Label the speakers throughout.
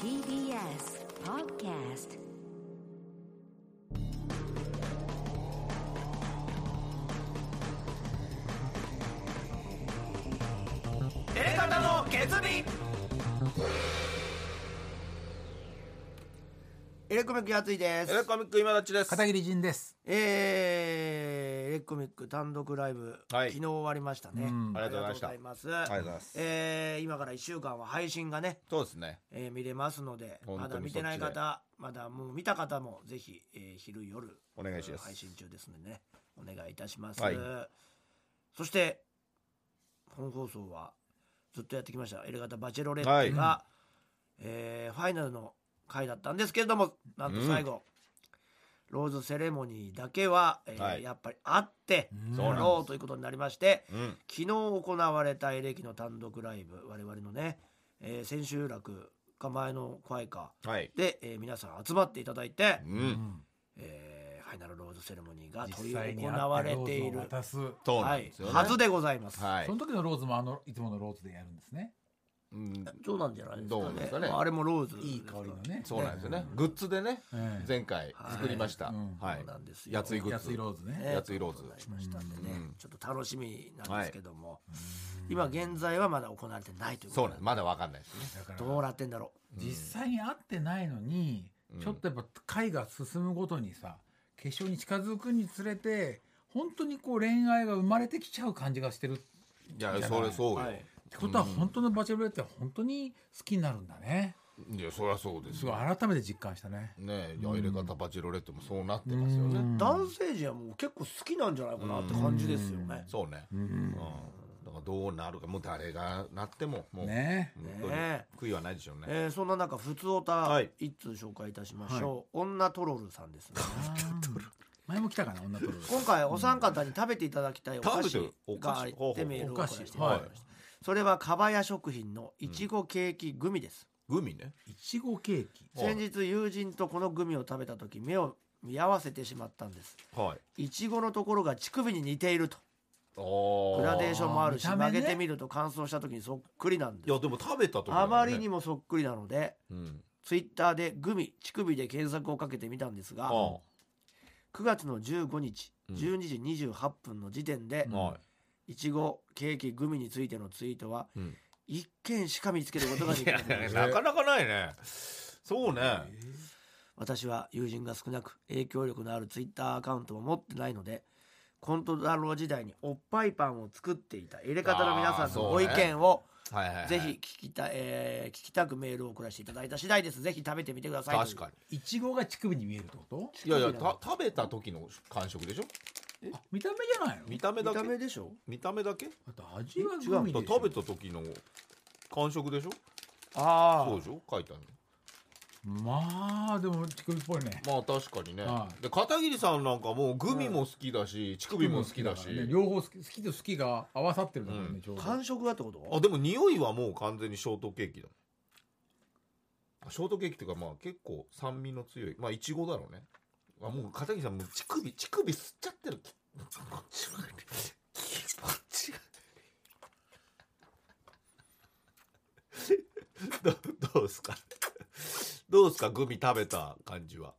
Speaker 1: TBS Podcast
Speaker 2: エ方の決意
Speaker 3: エレコミックやついで
Speaker 2: エレ
Speaker 3: す。
Speaker 2: コミック今立ちです
Speaker 4: 片桐仁です。
Speaker 3: えー、エレコミック単独ライブ、
Speaker 2: はい
Speaker 3: 昨日終わりましたね。
Speaker 4: うん
Speaker 2: ありがとうございました
Speaker 3: ありがとうございます。
Speaker 2: りがとうございます
Speaker 3: えー今から1週間は配信がね、
Speaker 2: そうですね
Speaker 3: えー見れますので、
Speaker 2: 本当に
Speaker 3: まだ見てない方、まだもう見た方もぜひ、えー昼夜
Speaker 2: お願いします
Speaker 3: 配信中ですのでね、お願いいたします。
Speaker 2: はい
Speaker 3: そして本放送はずっとやってきましたエレガタバチェロレッ
Speaker 2: はい
Speaker 3: テが、えーファイナルの回だったんですけれども、なんと最後。ローズセレモニーだけは、えー
Speaker 2: はい
Speaker 3: やっぱりあって
Speaker 4: うん
Speaker 2: そうなんです
Speaker 3: ローということになりまして、
Speaker 2: うん
Speaker 3: 昨日行われたエレキの単独ライブ我々のね、えー千秋楽か前の声か
Speaker 2: はい
Speaker 3: で、えー皆さん集まっていただいて、
Speaker 2: うん
Speaker 3: えーファイナルローズセレモニーが
Speaker 4: 実
Speaker 3: 執り
Speaker 4: 際に
Speaker 3: 行われている
Speaker 4: ローズを渡す。
Speaker 2: そうな
Speaker 3: は
Speaker 2: ん
Speaker 3: い
Speaker 2: ですよね
Speaker 3: はずでございます、
Speaker 2: はい
Speaker 4: その時のローズもあのいつものローズでやるんですね。
Speaker 2: うん
Speaker 3: そうなんじゃないですか
Speaker 2: どうなん
Speaker 3: ね
Speaker 2: ですかね
Speaker 3: まああれもローズ
Speaker 4: いい香りのね。
Speaker 2: そうなんですよねグッズでね
Speaker 4: ええ
Speaker 2: 前回
Speaker 3: はい
Speaker 2: 作りました
Speaker 4: うん
Speaker 2: は
Speaker 3: そう
Speaker 2: い
Speaker 3: なんですよ
Speaker 2: やついグッ
Speaker 4: 安い
Speaker 2: ズ
Speaker 4: ローズね。
Speaker 3: ね
Speaker 2: やついローズ
Speaker 3: ということになりましたんでね、
Speaker 2: うん
Speaker 3: ちょっと楽しみなんですけども、今現在はまだ行われてないというこ
Speaker 2: そ
Speaker 3: と
Speaker 2: うなんですまだわかんないですね
Speaker 4: だから
Speaker 3: どうなってんだろ
Speaker 4: 実際に会ってないのに、ちょっとやっぱ会が進むごとにさ決勝に近づくにつれて本当にこう恋愛が生まれてきちゃう感じがしてる。
Speaker 2: いやそれそう
Speaker 3: う、
Speaker 2: よ
Speaker 3: はい、
Speaker 4: ってことは本当のバチェロレッテは本当に好きになるんだね。
Speaker 2: いやそりゃそうです
Speaker 4: すご
Speaker 2: よ
Speaker 4: い改めて実感したね。
Speaker 2: ねえいや入れ方バチロレットもそうなってますよね
Speaker 3: 男性陣はもう結構好きなんじゃないかなって感じですよね、
Speaker 2: そうねうんだからどうなるかもう誰がなってももう
Speaker 4: ね。
Speaker 2: 本当に
Speaker 3: ね
Speaker 2: 悔いはないでしょうね
Speaker 3: えーそんな中、ふつおた
Speaker 2: はい
Speaker 3: 一通紹介いたしましょう。女トロルさんですね。
Speaker 4: 前も来たかな女トロ
Speaker 3: 今回お三方に食べていただきたいお菓
Speaker 2: 食べてお
Speaker 3: 子
Speaker 2: 菓子
Speaker 3: があっ
Speaker 2: ほうほ
Speaker 3: て
Speaker 2: う
Speaker 3: メールを
Speaker 4: お
Speaker 3: 送ら
Speaker 4: 菓
Speaker 3: せ
Speaker 4: 子
Speaker 3: ていただき
Speaker 2: はい
Speaker 3: ました。それはかばや食品のいちごケーキグミです。
Speaker 2: 海ね
Speaker 4: いちごケーキ。
Speaker 2: はい
Speaker 3: 先日友人とこのグミを食べた時目を見合わせてしまったんです。
Speaker 2: はい
Speaker 3: いちごのところが乳首に似ていると
Speaker 2: お
Speaker 3: グラデーションもあるし
Speaker 4: 見た目
Speaker 3: 曲
Speaker 4: ね
Speaker 3: げてみると乾燥した時にそっくりなんで
Speaker 2: いや
Speaker 3: す。
Speaker 2: でも食べた時だよね
Speaker 3: あまりにもそっくりなので
Speaker 2: うん
Speaker 3: ツイッターでグミ乳首で検索をかけてみたんですが。
Speaker 2: あ
Speaker 3: 9月の15日
Speaker 2: うん
Speaker 3: 12時28分の時点で、
Speaker 2: あはい
Speaker 3: いちごケーキグミについてのツイートは
Speaker 2: うん
Speaker 3: 1件しか見つけることができ
Speaker 2: いや
Speaker 3: なかった
Speaker 2: なかなかないねそうね
Speaker 3: 私は友人が少なく影響力のあるツイッターアカウントを持ってないのでコントだろう時代におっぱいパンを作っていた入れ方の皆さんのご意見を
Speaker 2: はいはいはい
Speaker 3: ぜひ聞きた,、えー聞きたくメールを送らせていただいた次第ですぜひ食べてみてください
Speaker 2: 確か
Speaker 4: いちごが乳首に見えるってこと
Speaker 2: にいやいやた食べた時の感触でしょ
Speaker 4: あ見た目じゃないの
Speaker 2: 見た目
Speaker 3: 見
Speaker 2: だけ
Speaker 3: た目でしょ
Speaker 2: 見た目だけ
Speaker 4: あと味は
Speaker 3: え
Speaker 4: グミ
Speaker 2: だ
Speaker 4: で
Speaker 2: か
Speaker 4: し
Speaker 2: ら
Speaker 4: ょ
Speaker 2: 食べた時の感触でしょ
Speaker 3: あ
Speaker 2: そうでしょ書いてある
Speaker 4: まあでも乳首っぽいね
Speaker 2: のまあ確かにね
Speaker 4: はい
Speaker 2: で片桐さんなんかもうグミも好きだし乳首も好きだし
Speaker 4: からね両方好き好きと好きが合わさってるところ
Speaker 2: う
Speaker 4: ねちょうど
Speaker 3: 感触がってこと
Speaker 2: あでも匂いはもう完全にショートケーキだあショートケーキっていうかまあ結構酸味の強いまあいちごだろうねあもう片桐さんもう乳首乳首吸っちゃってる気持ち悪い気持ち悪いどどうですかどうですかグミ食べた感じは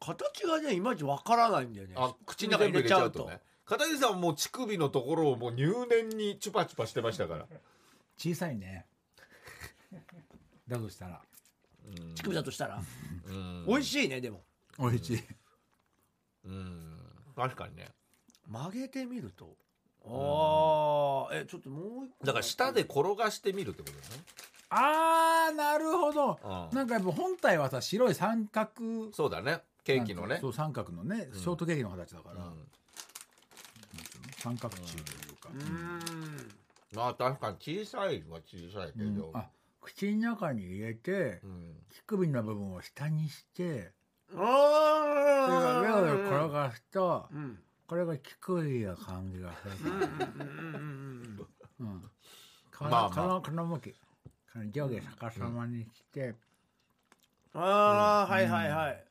Speaker 3: 形がねいまいちわからないんだよね
Speaker 2: あ口の中に入れちゃうとね片桐さんはもう乳首のところをもう入念にチュパチュパしてましたから
Speaker 4: 小さいねだとしたら
Speaker 3: 乳首だとしたら
Speaker 2: うん
Speaker 3: 美味しいねでも
Speaker 4: おいしい
Speaker 2: うん確かにね
Speaker 3: 曲げてみるとああえちょっともう一個
Speaker 2: だから下で転がしてみるってことだね。
Speaker 4: あーなるほど
Speaker 2: うん
Speaker 4: なんかやっぱ本体はさ白い三角
Speaker 2: そうだね。ケーキのね
Speaker 4: そ。う三角のねショートケーキの形だか
Speaker 2: う
Speaker 4: ら
Speaker 2: ん
Speaker 4: 三角柱というか
Speaker 3: うーん
Speaker 2: まあ確かに小さいは小さいけ
Speaker 4: うん
Speaker 2: ど。
Speaker 4: あ口の中に入れて
Speaker 2: うん
Speaker 4: 乳首の部分を下にしてそれが
Speaker 3: あ
Speaker 4: 上
Speaker 3: あ
Speaker 4: を転がすと
Speaker 3: うん
Speaker 4: これが乳首が感じがする
Speaker 3: うんうんうんうんうん
Speaker 4: うんこ
Speaker 2: まあまあ
Speaker 4: のこのこの向きこの上下逆さまにして
Speaker 3: ああはいはいはい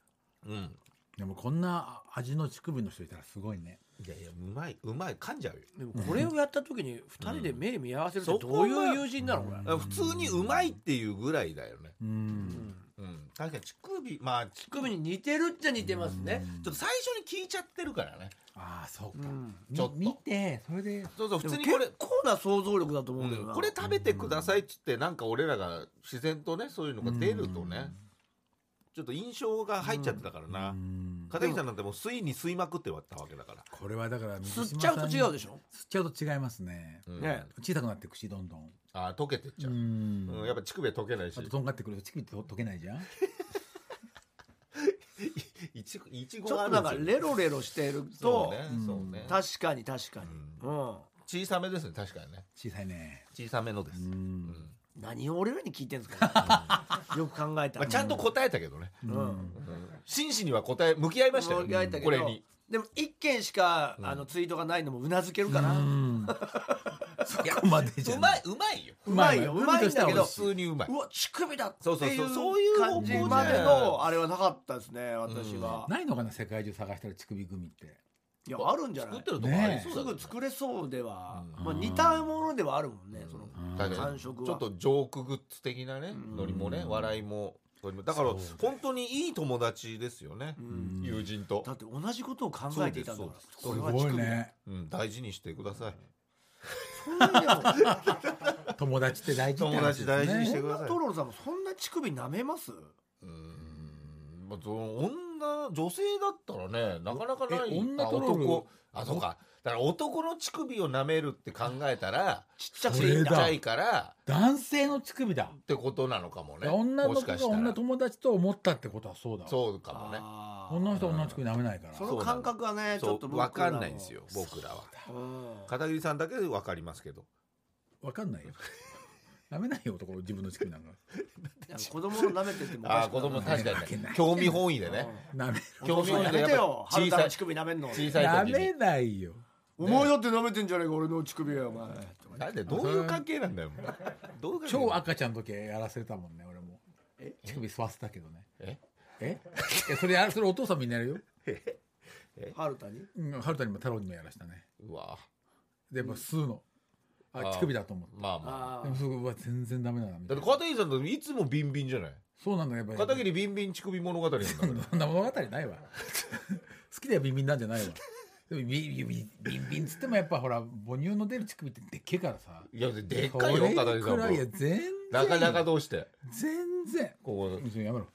Speaker 2: うん。
Speaker 4: でもこんな味の乳首の人いたらすごいね。
Speaker 2: いやいやうまいうまい噛んじゃうよ
Speaker 3: でもこれをやった時に二人で目見合わせるってどういう友人なのこれ、
Speaker 2: だから普通にうまいっていうぐらいだよね
Speaker 4: う。
Speaker 3: うんん
Speaker 2: うん確かに乳首まあ乳
Speaker 3: 乳首に似てるっちゃ似てますね、
Speaker 2: ちょっと最初に聞いちゃってるからね
Speaker 4: ああ、そう
Speaker 3: う
Speaker 4: か
Speaker 3: ん。
Speaker 4: み
Speaker 2: ちょっと
Speaker 4: 見て、それで。
Speaker 2: そうそう普
Speaker 3: で
Speaker 2: 通
Speaker 3: も
Speaker 2: にこれ
Speaker 3: 結構な想像力だと思う
Speaker 2: うん
Speaker 3: だよ
Speaker 2: ん
Speaker 3: な、
Speaker 2: これ食べてくださいっつってなんか俺らが自然とねそういうのが出るとねちょっと印象が入っちゃってたから
Speaker 4: う
Speaker 2: な、
Speaker 4: ん。
Speaker 2: 片桐さんなんてもう吸いに吸いまくって割ったわけだから、
Speaker 4: これはだから
Speaker 3: 吸っちゃうと違うで
Speaker 4: し
Speaker 3: しょ
Speaker 4: ょ。吸っちゃうと違いますね。
Speaker 2: うん
Speaker 3: ね
Speaker 4: 小さくなって口どんどん。
Speaker 2: あー溶けてっちゃう、
Speaker 4: ん
Speaker 2: うんやっぱ乳首は溶けないし
Speaker 4: あととんがってくると乳首って溶けないじゃん。
Speaker 2: いちいち
Speaker 3: ちょ
Speaker 2: ご
Speaker 3: っ
Speaker 2: あ
Speaker 3: と
Speaker 2: る
Speaker 3: なん
Speaker 2: で
Speaker 3: か
Speaker 2: すよ
Speaker 3: レロレロしてる
Speaker 2: そう
Speaker 3: と
Speaker 2: ね
Speaker 4: うん
Speaker 2: そうね
Speaker 3: 確かに確かに、うん
Speaker 2: 小さめですね確かにね
Speaker 4: 小さいね。
Speaker 2: 小さめのです、
Speaker 4: う
Speaker 2: うん
Speaker 4: ん。
Speaker 3: 何を俺らに聞いてんすか、よく考えた
Speaker 2: まあ、
Speaker 3: ら、
Speaker 2: ちゃんと答えたけどね、
Speaker 3: うん、うん
Speaker 2: 真摯には答え向き合いましたよ、
Speaker 3: 向き合えたけど
Speaker 2: これに
Speaker 3: でも一件しか、あのツイートがないのもうなずけるかな、う
Speaker 4: うん。そこまでじゃ
Speaker 2: うま
Speaker 4: ない。
Speaker 2: いうまいよ
Speaker 3: まいよう
Speaker 4: う
Speaker 3: ま
Speaker 4: ま
Speaker 3: い
Speaker 4: い
Speaker 3: んだけど
Speaker 2: 普通にうまいう
Speaker 3: わ乳首だって
Speaker 2: そうそう
Speaker 3: い
Speaker 2: そううそういう方
Speaker 3: 感
Speaker 2: 向
Speaker 3: じ
Speaker 2: じゃん
Speaker 3: までのあれはなかったですね私は、
Speaker 4: ないのかな世界中探したら乳首組って。
Speaker 3: いやあるんじゃな
Speaker 2: 作っ
Speaker 3: い
Speaker 2: てるとこあり
Speaker 4: ね
Speaker 2: そ
Speaker 4: え
Speaker 2: う
Speaker 3: す
Speaker 2: だけど
Speaker 3: ぐ作れそうでは、
Speaker 2: うん
Speaker 3: まあ、似たものではあるもんね、その
Speaker 2: だね
Speaker 3: 感触は
Speaker 2: ちょっとジョークグッズ的なねノリもね笑いもだから本当にいい友達ですよね
Speaker 3: ん
Speaker 2: 友人と
Speaker 3: だって同じことを考えていたんだか
Speaker 2: そ
Speaker 3: ら
Speaker 2: う
Speaker 4: す
Speaker 2: です
Speaker 3: これは
Speaker 4: ご
Speaker 3: 乳
Speaker 4: い
Speaker 3: 首だ
Speaker 4: ね。
Speaker 2: うん大事にしてください
Speaker 3: そんなでも
Speaker 4: 友達って大事って
Speaker 2: 友
Speaker 4: 話
Speaker 2: 達
Speaker 4: で
Speaker 2: 大
Speaker 4: す
Speaker 2: 事にし
Speaker 4: ね。
Speaker 2: てく
Speaker 3: そん
Speaker 2: だ
Speaker 3: な
Speaker 2: さい
Speaker 3: トロロさんもそんな乳首舐めます
Speaker 2: うんまあその女女性だったらねなかなかない
Speaker 4: え女
Speaker 2: あ
Speaker 4: トロール
Speaker 2: 男あそうかだから男の乳首を舐めるって考えたら
Speaker 3: ちっちゃく
Speaker 2: ち
Speaker 3: ていいん
Speaker 2: っ
Speaker 4: れ
Speaker 2: ち
Speaker 4: だ
Speaker 3: だ
Speaker 2: ゃいから
Speaker 4: 男性の乳首だ。
Speaker 2: ってことなのかもね
Speaker 4: 女の
Speaker 2: も
Speaker 4: 子
Speaker 2: しか
Speaker 4: が
Speaker 2: した
Speaker 4: 女
Speaker 2: ら
Speaker 4: 友達と思ったってことはそうだわ。
Speaker 2: そうかもね
Speaker 3: あー
Speaker 4: 女の人は女の乳首舐めないから。
Speaker 3: その感覚はねち
Speaker 2: そ
Speaker 3: ょっ
Speaker 2: う
Speaker 3: と僕ら
Speaker 2: 分
Speaker 3: も
Speaker 2: かんないんですよ僕らは
Speaker 3: うん
Speaker 2: 片桐さんだけで分かりますけど
Speaker 4: わかんないよ。舐めないよ男自分の乳首なんか。
Speaker 3: いや子供の舐めててもおか
Speaker 2: あ
Speaker 3: し
Speaker 2: あ
Speaker 3: くな
Speaker 2: 子
Speaker 3: い
Speaker 2: 供確
Speaker 4: 舐めるわ
Speaker 2: か
Speaker 4: け
Speaker 2: にね
Speaker 4: ない
Speaker 2: 興味本位でね
Speaker 4: 舐め
Speaker 3: 興
Speaker 2: 興味
Speaker 3: 味
Speaker 2: 本
Speaker 3: 本位
Speaker 2: 位
Speaker 3: で
Speaker 2: で
Speaker 3: や
Speaker 2: やっ
Speaker 3: っぱ
Speaker 2: ぱ
Speaker 3: 小
Speaker 2: 小
Speaker 3: さ
Speaker 2: さ
Speaker 3: い
Speaker 2: い
Speaker 3: 乳首舐めんの
Speaker 2: 小さい
Speaker 4: 舐
Speaker 2: 時に
Speaker 4: めないよ。
Speaker 3: お前だって舐めてんじゃねえか俺の乳首やお前
Speaker 2: なんでどういう関係なんだよ もうどういう関係
Speaker 4: 超赤ちゃんの時やらされたもんね俺も。乳首吸わせたけどね。
Speaker 2: え
Speaker 4: え？ いやそれやるそれお父さんみんなやるよ。
Speaker 3: 春田に
Speaker 4: うん春田にも太郎にもやらしたね。
Speaker 2: うわ
Speaker 4: でやっぱ吸うの。あ
Speaker 2: あー
Speaker 4: 乳首だと思って。
Speaker 2: まあまあ
Speaker 3: あ
Speaker 4: でもそこは全然ダメだなみた
Speaker 2: だ
Speaker 4: い
Speaker 2: っ
Speaker 4: な
Speaker 2: て。片桐さんといつもビンビンじゃない
Speaker 4: そうなんだやっぱり。
Speaker 2: 片桐ビンビン乳首物語なんだから
Speaker 4: そんな物語ないわ。好きではビンビンなんじゃないわ。でもビビビビンビンっつってもやっぱほら母乳の出る乳首ってでっけえからさ。
Speaker 2: いやでっかいよ
Speaker 4: こ
Speaker 2: 片
Speaker 4: れ
Speaker 2: 桐さ
Speaker 4: く
Speaker 2: んも
Speaker 4: らいや全然。
Speaker 2: なかなかどうして
Speaker 4: 全然。
Speaker 2: ここ
Speaker 4: うんやめろ。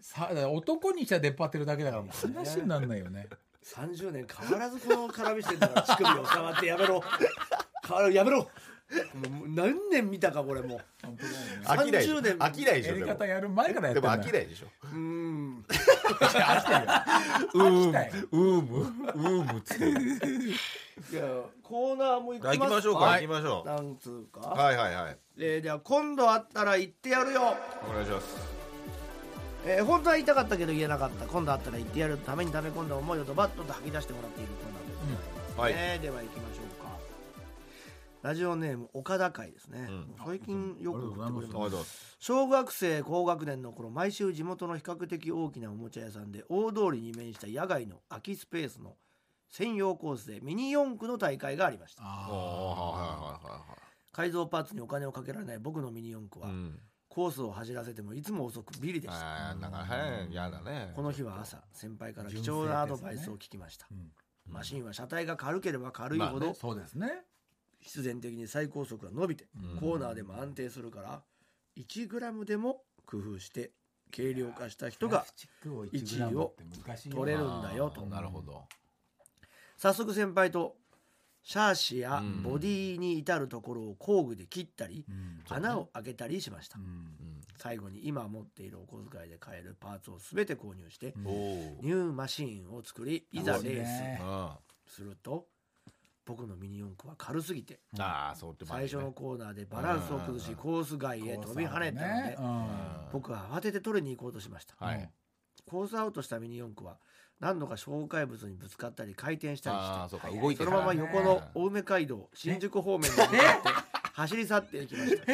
Speaker 4: さだから男にしちゃ出っ張ってるだけだからもう話になんないよね。
Speaker 3: 30年変わらずこの絡みしてんだから乳首を触ってやめろ変わるやめろもう何年見たかこれもう
Speaker 2: 飽きないでしょ
Speaker 3: 30年
Speaker 2: 飽きないでし
Speaker 4: や
Speaker 2: ょ
Speaker 4: り
Speaker 2: でも
Speaker 4: 方やる前からやって
Speaker 2: で
Speaker 4: んだ
Speaker 2: も飽きないでしょ
Speaker 3: うーん
Speaker 4: 飽きたよ
Speaker 2: うー
Speaker 4: きたよ
Speaker 2: むうーむうーむっつって
Speaker 3: いやコーナーも行きま
Speaker 2: 行
Speaker 3: す
Speaker 2: きましょうか行きましょう
Speaker 3: なんつうか、
Speaker 2: はいはいはい
Speaker 3: えー、では今度会ったら言ってやるよ、
Speaker 2: お願いします
Speaker 3: えー、本当は言いたかったけど言えなかった今度会ったら言ってやるために溜め込んだ思いをドバッと吐き出してもらっているコーナーで
Speaker 2: はい
Speaker 3: ねでは行きましょうかラジオネーム岡田会ですね、
Speaker 2: ん
Speaker 3: 最近よく送ってくれ
Speaker 2: ありがと
Speaker 3: ます
Speaker 2: うございます
Speaker 3: 小学生高学年の頃毎週地元の比較的大きなおもちゃ屋さんで大通りに面した野外の空きスペースの専用コースでミニ四駆の大会がありました
Speaker 2: あ
Speaker 4: あ
Speaker 2: ー
Speaker 4: ー
Speaker 2: はいはいはいはい
Speaker 3: 改造パーツにお金をかけられない僕のミニ四駆は、
Speaker 2: うん、
Speaker 3: コースを走らせてもいつも遅くビリでした
Speaker 2: あーなんかはい嫌だね
Speaker 3: この日は朝先輩から貴重なアドバイスを聞きました、
Speaker 4: うん
Speaker 3: マシンは車体が軽ければ軽いほ
Speaker 2: まあ
Speaker 3: ど
Speaker 2: ね
Speaker 4: そうですね。
Speaker 3: 必然的に最高速が伸びて、
Speaker 2: うん
Speaker 3: コーナーでも安定するから1グラムでも工夫して軽量化した人が
Speaker 4: プラスチックを1グラムって昔よ
Speaker 3: 取れるんだよと
Speaker 2: あーなるほど
Speaker 3: 早速先輩とシャーシや
Speaker 2: うん
Speaker 3: ボディに至るところを工具で切ったり
Speaker 4: うん
Speaker 3: 穴を開けたりしました
Speaker 4: うん
Speaker 2: うん
Speaker 3: 最後に今持っているお小遣いで買えるパーツを全て購入して
Speaker 2: おお
Speaker 3: ニューマシンを作りいざレース
Speaker 2: あ
Speaker 3: すると僕のミニ四駆は軽すぎて
Speaker 2: あーそうって
Speaker 3: 最初のコーナーでバランスを崩しコース外へ飛び跳ねたので
Speaker 4: うん
Speaker 3: 僕は慌てて取りに行こうとしました
Speaker 2: はい
Speaker 3: コースアウトしたミニ四駆は何度か障害物にぶつかったり回転したりして
Speaker 2: ああそうか動い
Speaker 3: そ
Speaker 2: てか
Speaker 3: のま
Speaker 2: ら
Speaker 3: ま
Speaker 2: ね
Speaker 3: 横の青梅街道新宿 方面に向かって走り去っていきました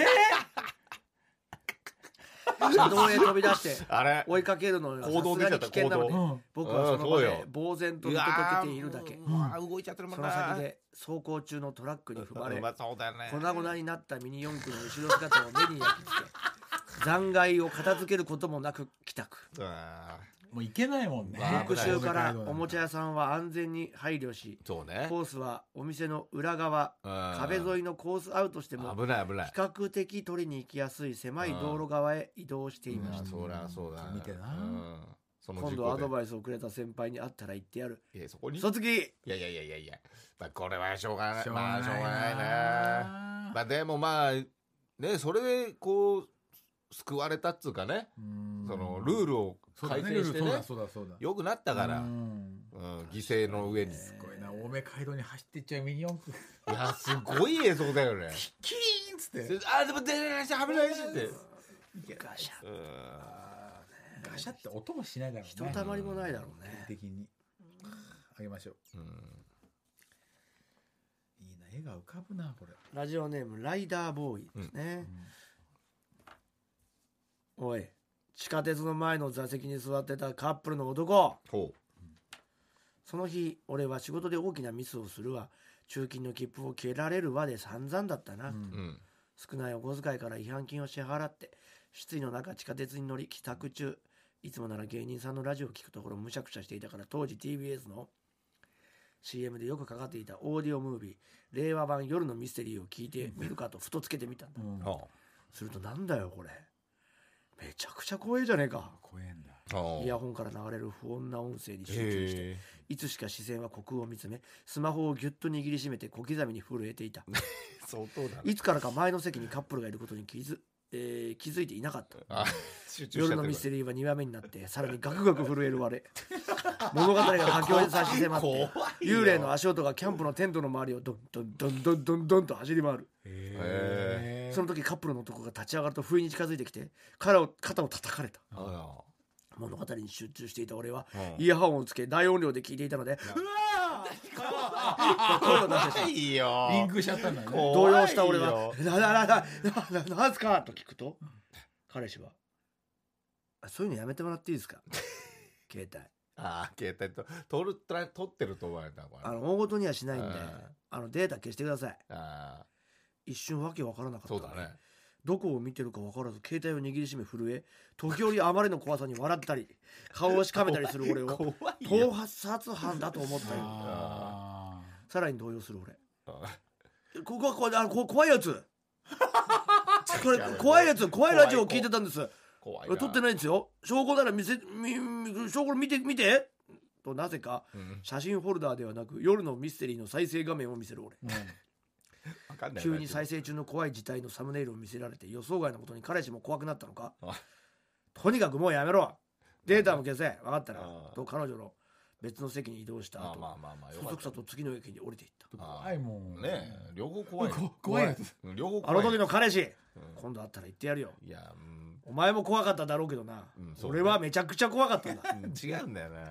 Speaker 3: 車道へ飛び出して
Speaker 2: あれ
Speaker 3: 追いかけるのはさ
Speaker 2: 行動
Speaker 3: す
Speaker 2: 出
Speaker 3: が
Speaker 2: ちゃった
Speaker 3: に危険
Speaker 2: 行
Speaker 3: なので
Speaker 2: 動
Speaker 4: うん
Speaker 3: 僕はそ
Speaker 2: う
Speaker 3: の場
Speaker 2: んそう
Speaker 3: で
Speaker 2: よ
Speaker 3: 呆然と
Speaker 2: う
Speaker 3: 見
Speaker 2: わー
Speaker 3: 届けているだけ
Speaker 2: うわー動いちゃってるもん
Speaker 3: そ
Speaker 2: な
Speaker 3: の先で走行中のトラックに踏まれ
Speaker 2: う まそうだね
Speaker 3: 粉々になったミニ四駆の後ろ姿を目に焼き 付け残骸を片付けることもなく帰宅
Speaker 2: あ
Speaker 4: もういけないもんね
Speaker 2: まあ
Speaker 3: 復習からおもちゃ
Speaker 4: 屋
Speaker 3: 屋さんは安全に配慮し
Speaker 2: ーそうね
Speaker 3: コースはお店の裏側壁
Speaker 2: 壁
Speaker 3: 沿いのコースアウトしても
Speaker 2: 危ない危ない
Speaker 3: 比較的取りに行きやすい狭い道路側へ移動していまし
Speaker 2: うんそりゃそうだ
Speaker 4: 見てな
Speaker 2: うんそ
Speaker 3: た
Speaker 2: の事故
Speaker 3: 今度ア
Speaker 2: で
Speaker 3: ドバイスをくれた先輩に会ったら言ってやる
Speaker 2: いやそこに
Speaker 3: そつき
Speaker 2: いやいやいやいやいや、まあ、これはしょうがない
Speaker 4: しょうが
Speaker 2: ま
Speaker 4: な
Speaker 2: あ
Speaker 4: い
Speaker 2: しょうがないな
Speaker 4: な
Speaker 2: まあでもまあねそれでこう救われたっつうかね
Speaker 4: うん
Speaker 2: そのルールを
Speaker 4: そうだ
Speaker 2: 改
Speaker 4: ね
Speaker 2: 正して
Speaker 4: ルール
Speaker 2: ね
Speaker 4: そうだそうだそうだ
Speaker 2: 良くなったから、
Speaker 4: う
Speaker 2: うん
Speaker 4: ん
Speaker 2: 犠牲の上にい
Speaker 4: すごいな青梅街道に走っていっちゃうミニ四駆
Speaker 2: やすごい映像だよね
Speaker 4: キーンっつって
Speaker 2: あでも出れないし危ないしって
Speaker 3: ガシャ
Speaker 2: うん
Speaker 4: ガシャって音もしないだろうね
Speaker 3: ひとたまりもないだろうね
Speaker 4: 的にあげましょう
Speaker 2: うん
Speaker 4: いいな絵が浮かぶなこれ
Speaker 3: ラジオネームライダーボーイですね、おい地下鉄の前の座席に座ってたカップルの男
Speaker 2: ほ
Speaker 3: その日俺は仕事で大きなミスをするわ中金の切符を切られるわで散々だったな、
Speaker 4: うん
Speaker 2: ううん
Speaker 3: 少ないお小遣いから違反金を支払って失意の中地下鉄に乗り帰宅中いつもなら芸人さんのラジオを聞くところむしゃくしゃしていたから当時 TBS の CM でよくかかっていたオーディオムービー令和版夜のミステリーを聞いてみるかとふとつけてみたんだ
Speaker 4: うん
Speaker 2: ほう
Speaker 3: するとなんだよこれめちゃくちゃ怖えじゃねえか
Speaker 4: 怖えんだ
Speaker 2: ほう
Speaker 3: イヤホンから流れる不穏な音声に集中して
Speaker 2: へえ
Speaker 3: いつしか視線は虚空を見つめスマホをぎゅっと握りしめて小刻みに震えていた
Speaker 2: 相当だね
Speaker 3: いつからか前の席にカップルがいることに気づ,、えー気づいていなかった
Speaker 2: あ集中しち
Speaker 3: 夜
Speaker 2: ゃっ
Speaker 3: の
Speaker 2: て
Speaker 3: ミ
Speaker 2: る
Speaker 3: ステリーは2話目になってさらにガクガク震え る我物語が佳境に差し迫って幽霊の足音がキャンプのテントの周りをドンドンドンドンドンドンと走り回る
Speaker 4: へ
Speaker 3: その時カップルの男が立ち上がると不意に近づいてきて肩を肩を叩かれた
Speaker 2: あ
Speaker 3: 物語に集中していた俺は
Speaker 2: うん
Speaker 3: イヤホンをつけ大音量で聞いていたので「うわー!」と声を出してしまう
Speaker 2: いいよ
Speaker 4: リンクしちゃったんだね
Speaker 2: 怖
Speaker 3: 動
Speaker 2: いよ
Speaker 3: 揺した俺は「なななななななんすか?」と聞くと彼氏は「あそういうのやめてもらっていいですか? 」携帯
Speaker 2: ああ携帯と取る取ら取ってると思われたこれ
Speaker 3: あの大ごとにはしないんで
Speaker 2: うん
Speaker 3: あのデータ消してください
Speaker 2: あ
Speaker 3: 一瞬わけわからなか
Speaker 2: ー
Speaker 3: った
Speaker 2: そ
Speaker 3: ね
Speaker 2: うだね
Speaker 3: どこを見てるかわからず携帯を握りしめ震え時折あまりの怖さに笑ったり顔をしかめたりする俺を
Speaker 2: 怖い
Speaker 3: 盗
Speaker 2: よ
Speaker 3: 撮犯だと思ったり
Speaker 4: あ
Speaker 3: さらに動揺する俺
Speaker 2: あ
Speaker 3: ここはこあのこ怖いや つこれ
Speaker 2: やばい
Speaker 3: 怖いやつ怖いラジオを聞いてたんです
Speaker 2: 怖い
Speaker 3: 取って
Speaker 2: い、
Speaker 3: ないんですよ証拠なら見せみみ証拠見て見てとなぜか
Speaker 2: うん、
Speaker 3: 写真フォルダーではなく夜のミステリーの再生画面を見せる俺
Speaker 4: ー
Speaker 2: わかんない
Speaker 3: 急に再生中の怖い事態のサムネイルを見せられて予想外のことに彼氏も怖くなったのか
Speaker 2: あ
Speaker 3: とにかくもうやめろデータも消せ分かったな
Speaker 2: あ
Speaker 3: と彼女の別の席に移動した
Speaker 2: あ
Speaker 3: 後
Speaker 2: まあまあまあよ
Speaker 3: そ
Speaker 2: か
Speaker 3: そ
Speaker 2: っ
Speaker 3: く
Speaker 2: た
Speaker 3: さと次の駅に降りていった
Speaker 4: 怖いもん
Speaker 2: ねえ両方怖いよ
Speaker 4: こ怖いやつ
Speaker 2: うん両方
Speaker 3: あ
Speaker 2: 怖
Speaker 3: の
Speaker 2: い
Speaker 3: 時の彼氏
Speaker 2: うん
Speaker 3: 今度会ったら言ってやるよ
Speaker 2: いや、うん
Speaker 3: お前も怖かっただろうけどな、
Speaker 2: うんそうね
Speaker 3: 俺はめちゃくちゃ怖 かったんだ
Speaker 2: うん、違うんだよ ね、うん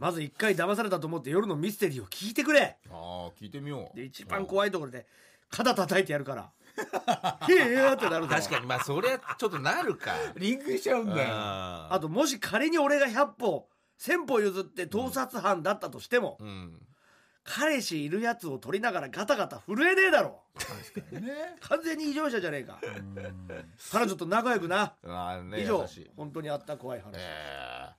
Speaker 3: まず一回騙されたと思って夜のミステリーを聞いてくれ
Speaker 2: ああ聞いてみよう
Speaker 3: で一番怖いところで肩叩いてやる から「へえ」ってなる
Speaker 2: 確か
Speaker 3: に
Speaker 2: にまあそりゃちょっとなるか
Speaker 4: リンクし ちゃうんだよ
Speaker 2: あ
Speaker 3: あともし仮に俺が100歩1000歩譲って盗撮犯だったとしても、
Speaker 2: うん
Speaker 3: 彼氏いるやつを取りながらガタガタ震えねえだろ
Speaker 4: 確かにね
Speaker 3: 完全に異常者じゃねえか
Speaker 4: うん
Speaker 3: 彼女と仲良くな
Speaker 2: ああね
Speaker 3: 以上
Speaker 2: 優しい
Speaker 3: 本当にあった怖い話、
Speaker 2: ええ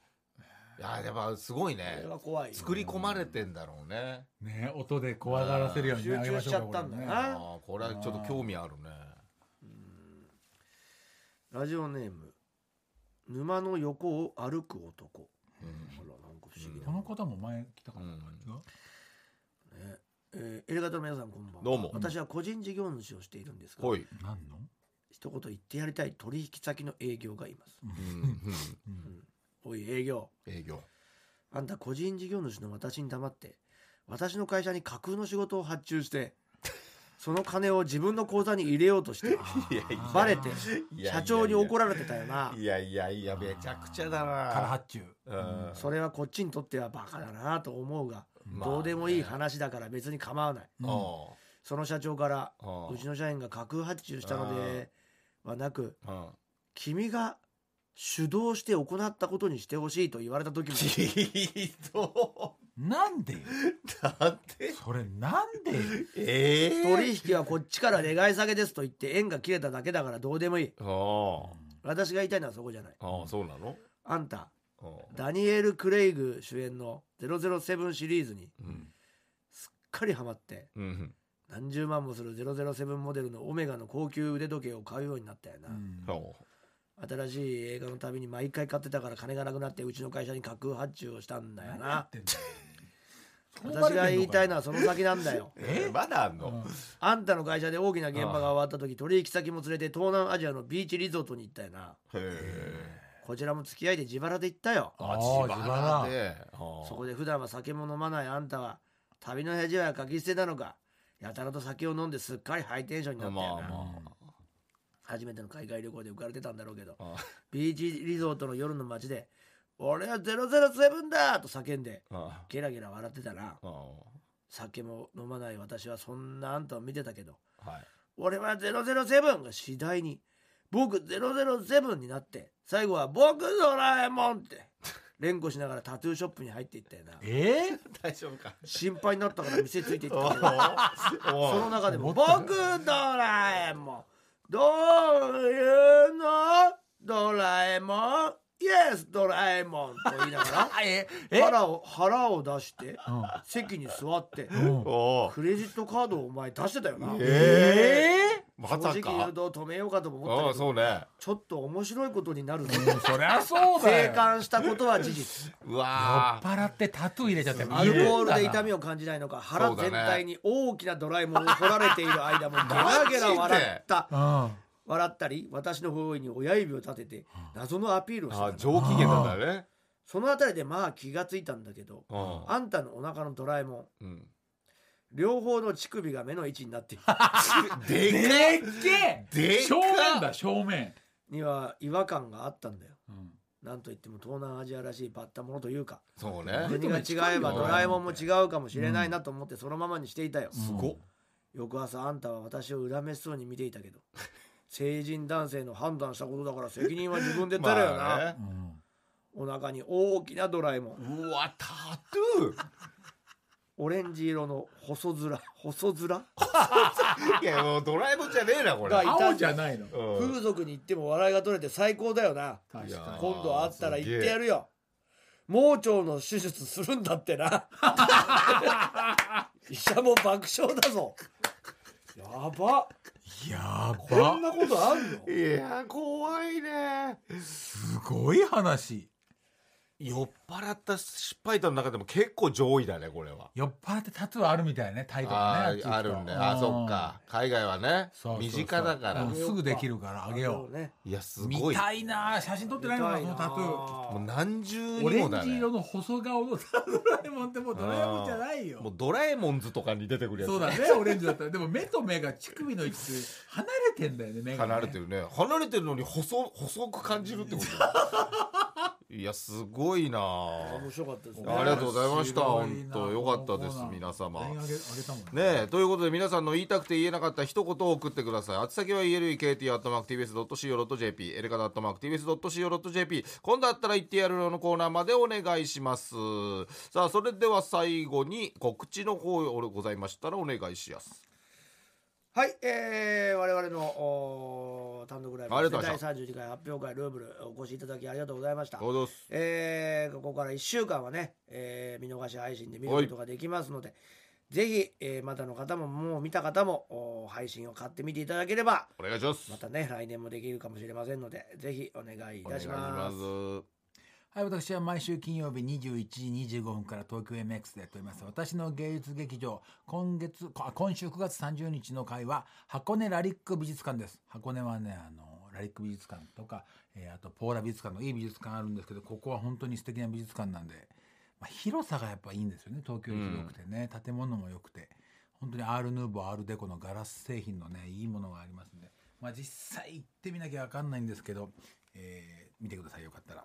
Speaker 2: いややっぱすごい
Speaker 3: こ
Speaker 2: ね
Speaker 3: れは怖いよ
Speaker 2: 作り込まれてんだろうね
Speaker 4: ね音で怖がらせるように
Speaker 3: 集
Speaker 4: あげ
Speaker 3: 中
Speaker 4: ま
Speaker 3: し
Speaker 4: ょう
Speaker 3: ちゃ
Speaker 4: か
Speaker 3: ったんだ
Speaker 4: これね
Speaker 3: な、
Speaker 2: ああこれはちょっと興味あるね
Speaker 3: ラジオネーム沼の横を歩く男、あらなんか不思議
Speaker 4: こ
Speaker 3: な、
Speaker 4: の方も前来たかな
Speaker 2: うん
Speaker 3: えー、エレガタの皆さんこんばんは
Speaker 2: どうも
Speaker 3: 私は個人事業主をしているんですが、
Speaker 2: ほい、
Speaker 4: 何の
Speaker 3: 一言言ってやりたい取引先の営業がいます、
Speaker 2: うんうん、
Speaker 3: おい営業
Speaker 2: 営業
Speaker 3: あんた個人事業主の私に黙って私の会社に架空の仕事を発注してその金を自分の口座に入れようと してバレて
Speaker 2: いや
Speaker 3: 社長に怒られてたよない
Speaker 2: やいやいやめちゃくちゃだ
Speaker 4: から
Speaker 2: な
Speaker 4: 発注
Speaker 2: うん
Speaker 3: それはこっちにとってはバカだなと思うが、
Speaker 2: まあね
Speaker 3: どうでもいい話だから別に構わない
Speaker 2: あ
Speaker 3: その社長から
Speaker 2: ああ
Speaker 3: うちの社員が架空発注したのではなく
Speaker 2: あ
Speaker 3: 君が主導して行ったことにしてほしいと言われた 時も
Speaker 2: ひど
Speaker 4: なんでよ
Speaker 2: なんで
Speaker 4: それなんでよ
Speaker 2: ええ
Speaker 3: 取引はこっちから願い下げですと言って縁が切れただけだからどうでもいい
Speaker 2: あ
Speaker 3: 私が言いたいのはそこじゃない
Speaker 2: あああそうなの
Speaker 3: あんた
Speaker 2: ああ
Speaker 3: ダニエル・クレイグ主演の007シリーズに
Speaker 2: うん
Speaker 3: すっかりハマって
Speaker 2: うん
Speaker 3: 何十万もする007モデルのオメガの高級腕時計を買うようになったよな、
Speaker 4: うん
Speaker 2: そ
Speaker 3: 新しい映画のたびに毎回買ってたから金がなくなってうちの会社に架空発注をしたんだよ
Speaker 4: 何や
Speaker 3: な
Speaker 4: ってんだよ
Speaker 3: 私が言いたいのは
Speaker 4: は
Speaker 3: その先なんだよ
Speaker 2: うえまだあんの、
Speaker 3: あんたの会社で大きな現場が終わった時取引先も連れて東南アジアのビーチリゾートに行ったよな
Speaker 2: へえ
Speaker 3: こちらも付き合いで自腹で行ったよ
Speaker 2: あ
Speaker 4: あー
Speaker 2: 自腹でああ
Speaker 3: そこで普段は酒も飲まないあんたは旅の部屋は書き捨てなのかやたらと酒を飲んですっかりハイテンションになったよ
Speaker 2: ま
Speaker 3: な、
Speaker 2: あま
Speaker 3: 初めての海外旅行で浮かれてたんだろうけど
Speaker 2: あ
Speaker 3: ビーチリゾートの夜の街で「俺は007だ!」と叫んで
Speaker 2: あ
Speaker 3: ゲラゲラ笑ってた
Speaker 2: あ
Speaker 3: な
Speaker 2: あ
Speaker 3: 酒も飲まない私はそんなあんたを見てたけど
Speaker 2: はい
Speaker 3: 俺は007が次第に僕007になって最後は僕ドラえもんって連呼しながらタトゥーショップに入っていったよな
Speaker 4: えー
Speaker 2: 大丈夫か
Speaker 3: 心配になったから店つい ていったけどその
Speaker 2: お
Speaker 3: 中でも「
Speaker 4: 思った
Speaker 3: 僕ドラえもんどういうのドラえもんイエスドラえもん」と言いな が
Speaker 4: あえ
Speaker 3: ら
Speaker 4: え
Speaker 3: 腹を腹を出して
Speaker 4: うん
Speaker 3: 席に座って
Speaker 4: うん
Speaker 2: おお
Speaker 3: クレジットカードをお前出してたよな。
Speaker 2: ええま
Speaker 3: 正
Speaker 2: さ
Speaker 3: 直言
Speaker 2: か
Speaker 3: うと止めようかとも思った
Speaker 2: あ
Speaker 3: け
Speaker 2: あ
Speaker 3: ど
Speaker 2: そうね
Speaker 3: ちょっと面白いことになるぞ。
Speaker 4: うんそりゃそうだよ
Speaker 3: 生還したことは事実。
Speaker 2: う
Speaker 4: 酔っ
Speaker 2: わあ
Speaker 4: 払ってタトゥー入れちゃって
Speaker 3: アルコールで痛み
Speaker 4: を
Speaker 3: を感じないのか腹全
Speaker 2: そうだね
Speaker 3: 体に大きなドラえもんを掘られている 間もゲラゲラ笑った
Speaker 4: うん
Speaker 3: 笑ったり私の方位に親指を立てて謎のアピールをしてた
Speaker 2: あ
Speaker 3: の
Speaker 2: 上機嫌なんだね
Speaker 3: そのあたりでまあ気がついたんだけど
Speaker 2: うん
Speaker 3: あんたのお腹のドラえもん
Speaker 2: うん
Speaker 3: 両方の乳首が目の位置に なっている
Speaker 2: で
Speaker 4: でっ
Speaker 2: かい
Speaker 4: けえ
Speaker 2: でっかい
Speaker 4: 正面だ正面
Speaker 3: には違和感があったんだよ
Speaker 4: うん
Speaker 3: なんといっても東南アジアらしいバッタものというか
Speaker 2: そう
Speaker 4: え
Speaker 2: ね
Speaker 3: 国が違えば
Speaker 2: うん
Speaker 3: ドラえもんも違うかもしれないなと思ってそのままにしていたよ、
Speaker 4: すごっ
Speaker 3: 翌朝あんたは私を恨めしそうに見ていたけど 成人男性の判断したことだから責任は自分で取れよな、
Speaker 2: まあね
Speaker 4: うん
Speaker 3: お腹に大きなドラえもん
Speaker 2: うわタトゥ
Speaker 3: オレンジ色の細面細面
Speaker 2: ーいやもうドラえもんじゃねえなこれ
Speaker 3: が
Speaker 2: う
Speaker 3: 痛い
Speaker 4: 青じゃないの
Speaker 2: ん
Speaker 3: 風俗に行っても笑いが取れて最高だよな
Speaker 4: 確
Speaker 2: いや
Speaker 4: かに
Speaker 3: 今度会ったら
Speaker 2: すげえ
Speaker 3: 言ってやるよ盲腸の手術するんだっ てな医者も爆笑だぞやば
Speaker 4: や
Speaker 3: こんな
Speaker 4: ば
Speaker 3: ことあんの
Speaker 2: いや怖いね
Speaker 4: すごい話
Speaker 2: 酔っ払った失敗談の中でも結構上位だねこれは
Speaker 4: 酔っ払ってタトゥーあるみたいねタイトルね
Speaker 2: あ
Speaker 4: っち行く
Speaker 2: ー
Speaker 4: と
Speaker 2: あるんだよあ
Speaker 4: うん
Speaker 2: そっか海外はね
Speaker 4: そうそうそう
Speaker 2: 身近だか
Speaker 4: う
Speaker 2: ら
Speaker 4: んすぐできるからあげよう
Speaker 3: ね
Speaker 2: いやすご
Speaker 4: 見
Speaker 2: い
Speaker 4: たいな写真撮ってないのかなそのタトゥ
Speaker 2: もう何重
Speaker 4: ーオ
Speaker 2: に
Speaker 4: レ
Speaker 2: も
Speaker 4: ン
Speaker 2: だ
Speaker 4: ジ
Speaker 2: ね
Speaker 4: 色の細顔のドラえもんってもうドラえもんじゃないよ
Speaker 2: もうドラえもんズとかに出てくるやつ
Speaker 4: そうだね オレンジだったらでも目と目が乳首の位置離れてんだよね目がね
Speaker 2: 離れてるね離れてるのに細細く感じるってことだ いやすごいなあ
Speaker 3: 面白かったですね
Speaker 2: ありがとうございました
Speaker 4: 面白いな
Speaker 2: 本当よかったです
Speaker 4: このコーナー
Speaker 2: 皆様
Speaker 4: 全員あげあげたもん
Speaker 2: ねえということで皆さんの言いたくて言えなかった一言を送ってください宛先は elekt.tvs.co.jp エレカ .tvs.co.jp 今度あったら言ってやるよのコーナーまでお願いしますさあそれでは最後に告知の方をございましたらお願いしやす
Speaker 3: はい、えー、我々のおー単独ライブ
Speaker 2: あり
Speaker 3: で
Speaker 2: が
Speaker 3: す
Speaker 2: と
Speaker 3: ね
Speaker 2: うござい
Speaker 3: 第
Speaker 2: ました
Speaker 3: 32回発表会ルーブルお越しいただきありがとうございました
Speaker 2: どうぞ
Speaker 3: えーここから1週間はね、えー見逃し配信で見ることができますので、ぜひ、えーまだの方ももう見た方もお配信を買ってみていただければ
Speaker 2: お願いします
Speaker 3: またね来年もできるかもしれませんのでぜひお願いい
Speaker 2: お願
Speaker 3: た
Speaker 2: いし
Speaker 3: し
Speaker 2: ま
Speaker 3: ますす。
Speaker 4: はい、私は毎週金曜日21時25分から東京 MX でやっております。私の芸術劇場、今月、こあ今週9月30日の会は、箱根ラリック美術館です。箱根はね、あの、ラリック美術館とか、えーあとポーラ美術館のいい美術館あるんですけど、ここは本当に素敵な美術館なんで、まあ、広さがやっぱいいんですよね、東京より広くてね、建物も良くて、本当にアールヌーボー、アールデコのガラス製品のね、いいものがありますんで、まあ実際行ってみなきゃわかんないんですけど、えー見てくださいよかったら。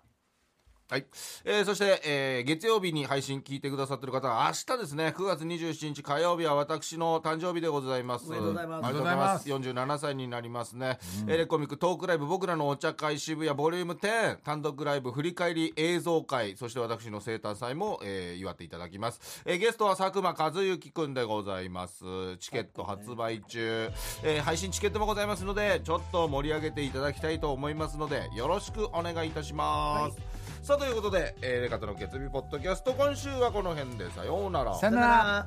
Speaker 2: はい、えーそして、えー月曜日に配信聞いてくださってる方は明日ですね9月27日火曜日は私の誕生日でございます
Speaker 3: おめでとうございます
Speaker 2: ありがとうございます47歳になりますね、エレコミックトークライブ僕らのお茶会渋谷ボリューム10単独ライブ振り返り映像会そして私の生誕祭も、えー祝っていただきます、えーゲストは佐久間和幸くんでございますチケット発売中、えー配信チケットもございますのでちょっと盛り上げていただきたいと思いますのでよろしくお願いいたします、さあということで、えーレカとの月日ポッドキャスト今週はこの辺でさようなら
Speaker 4: さよなら
Speaker 3: あ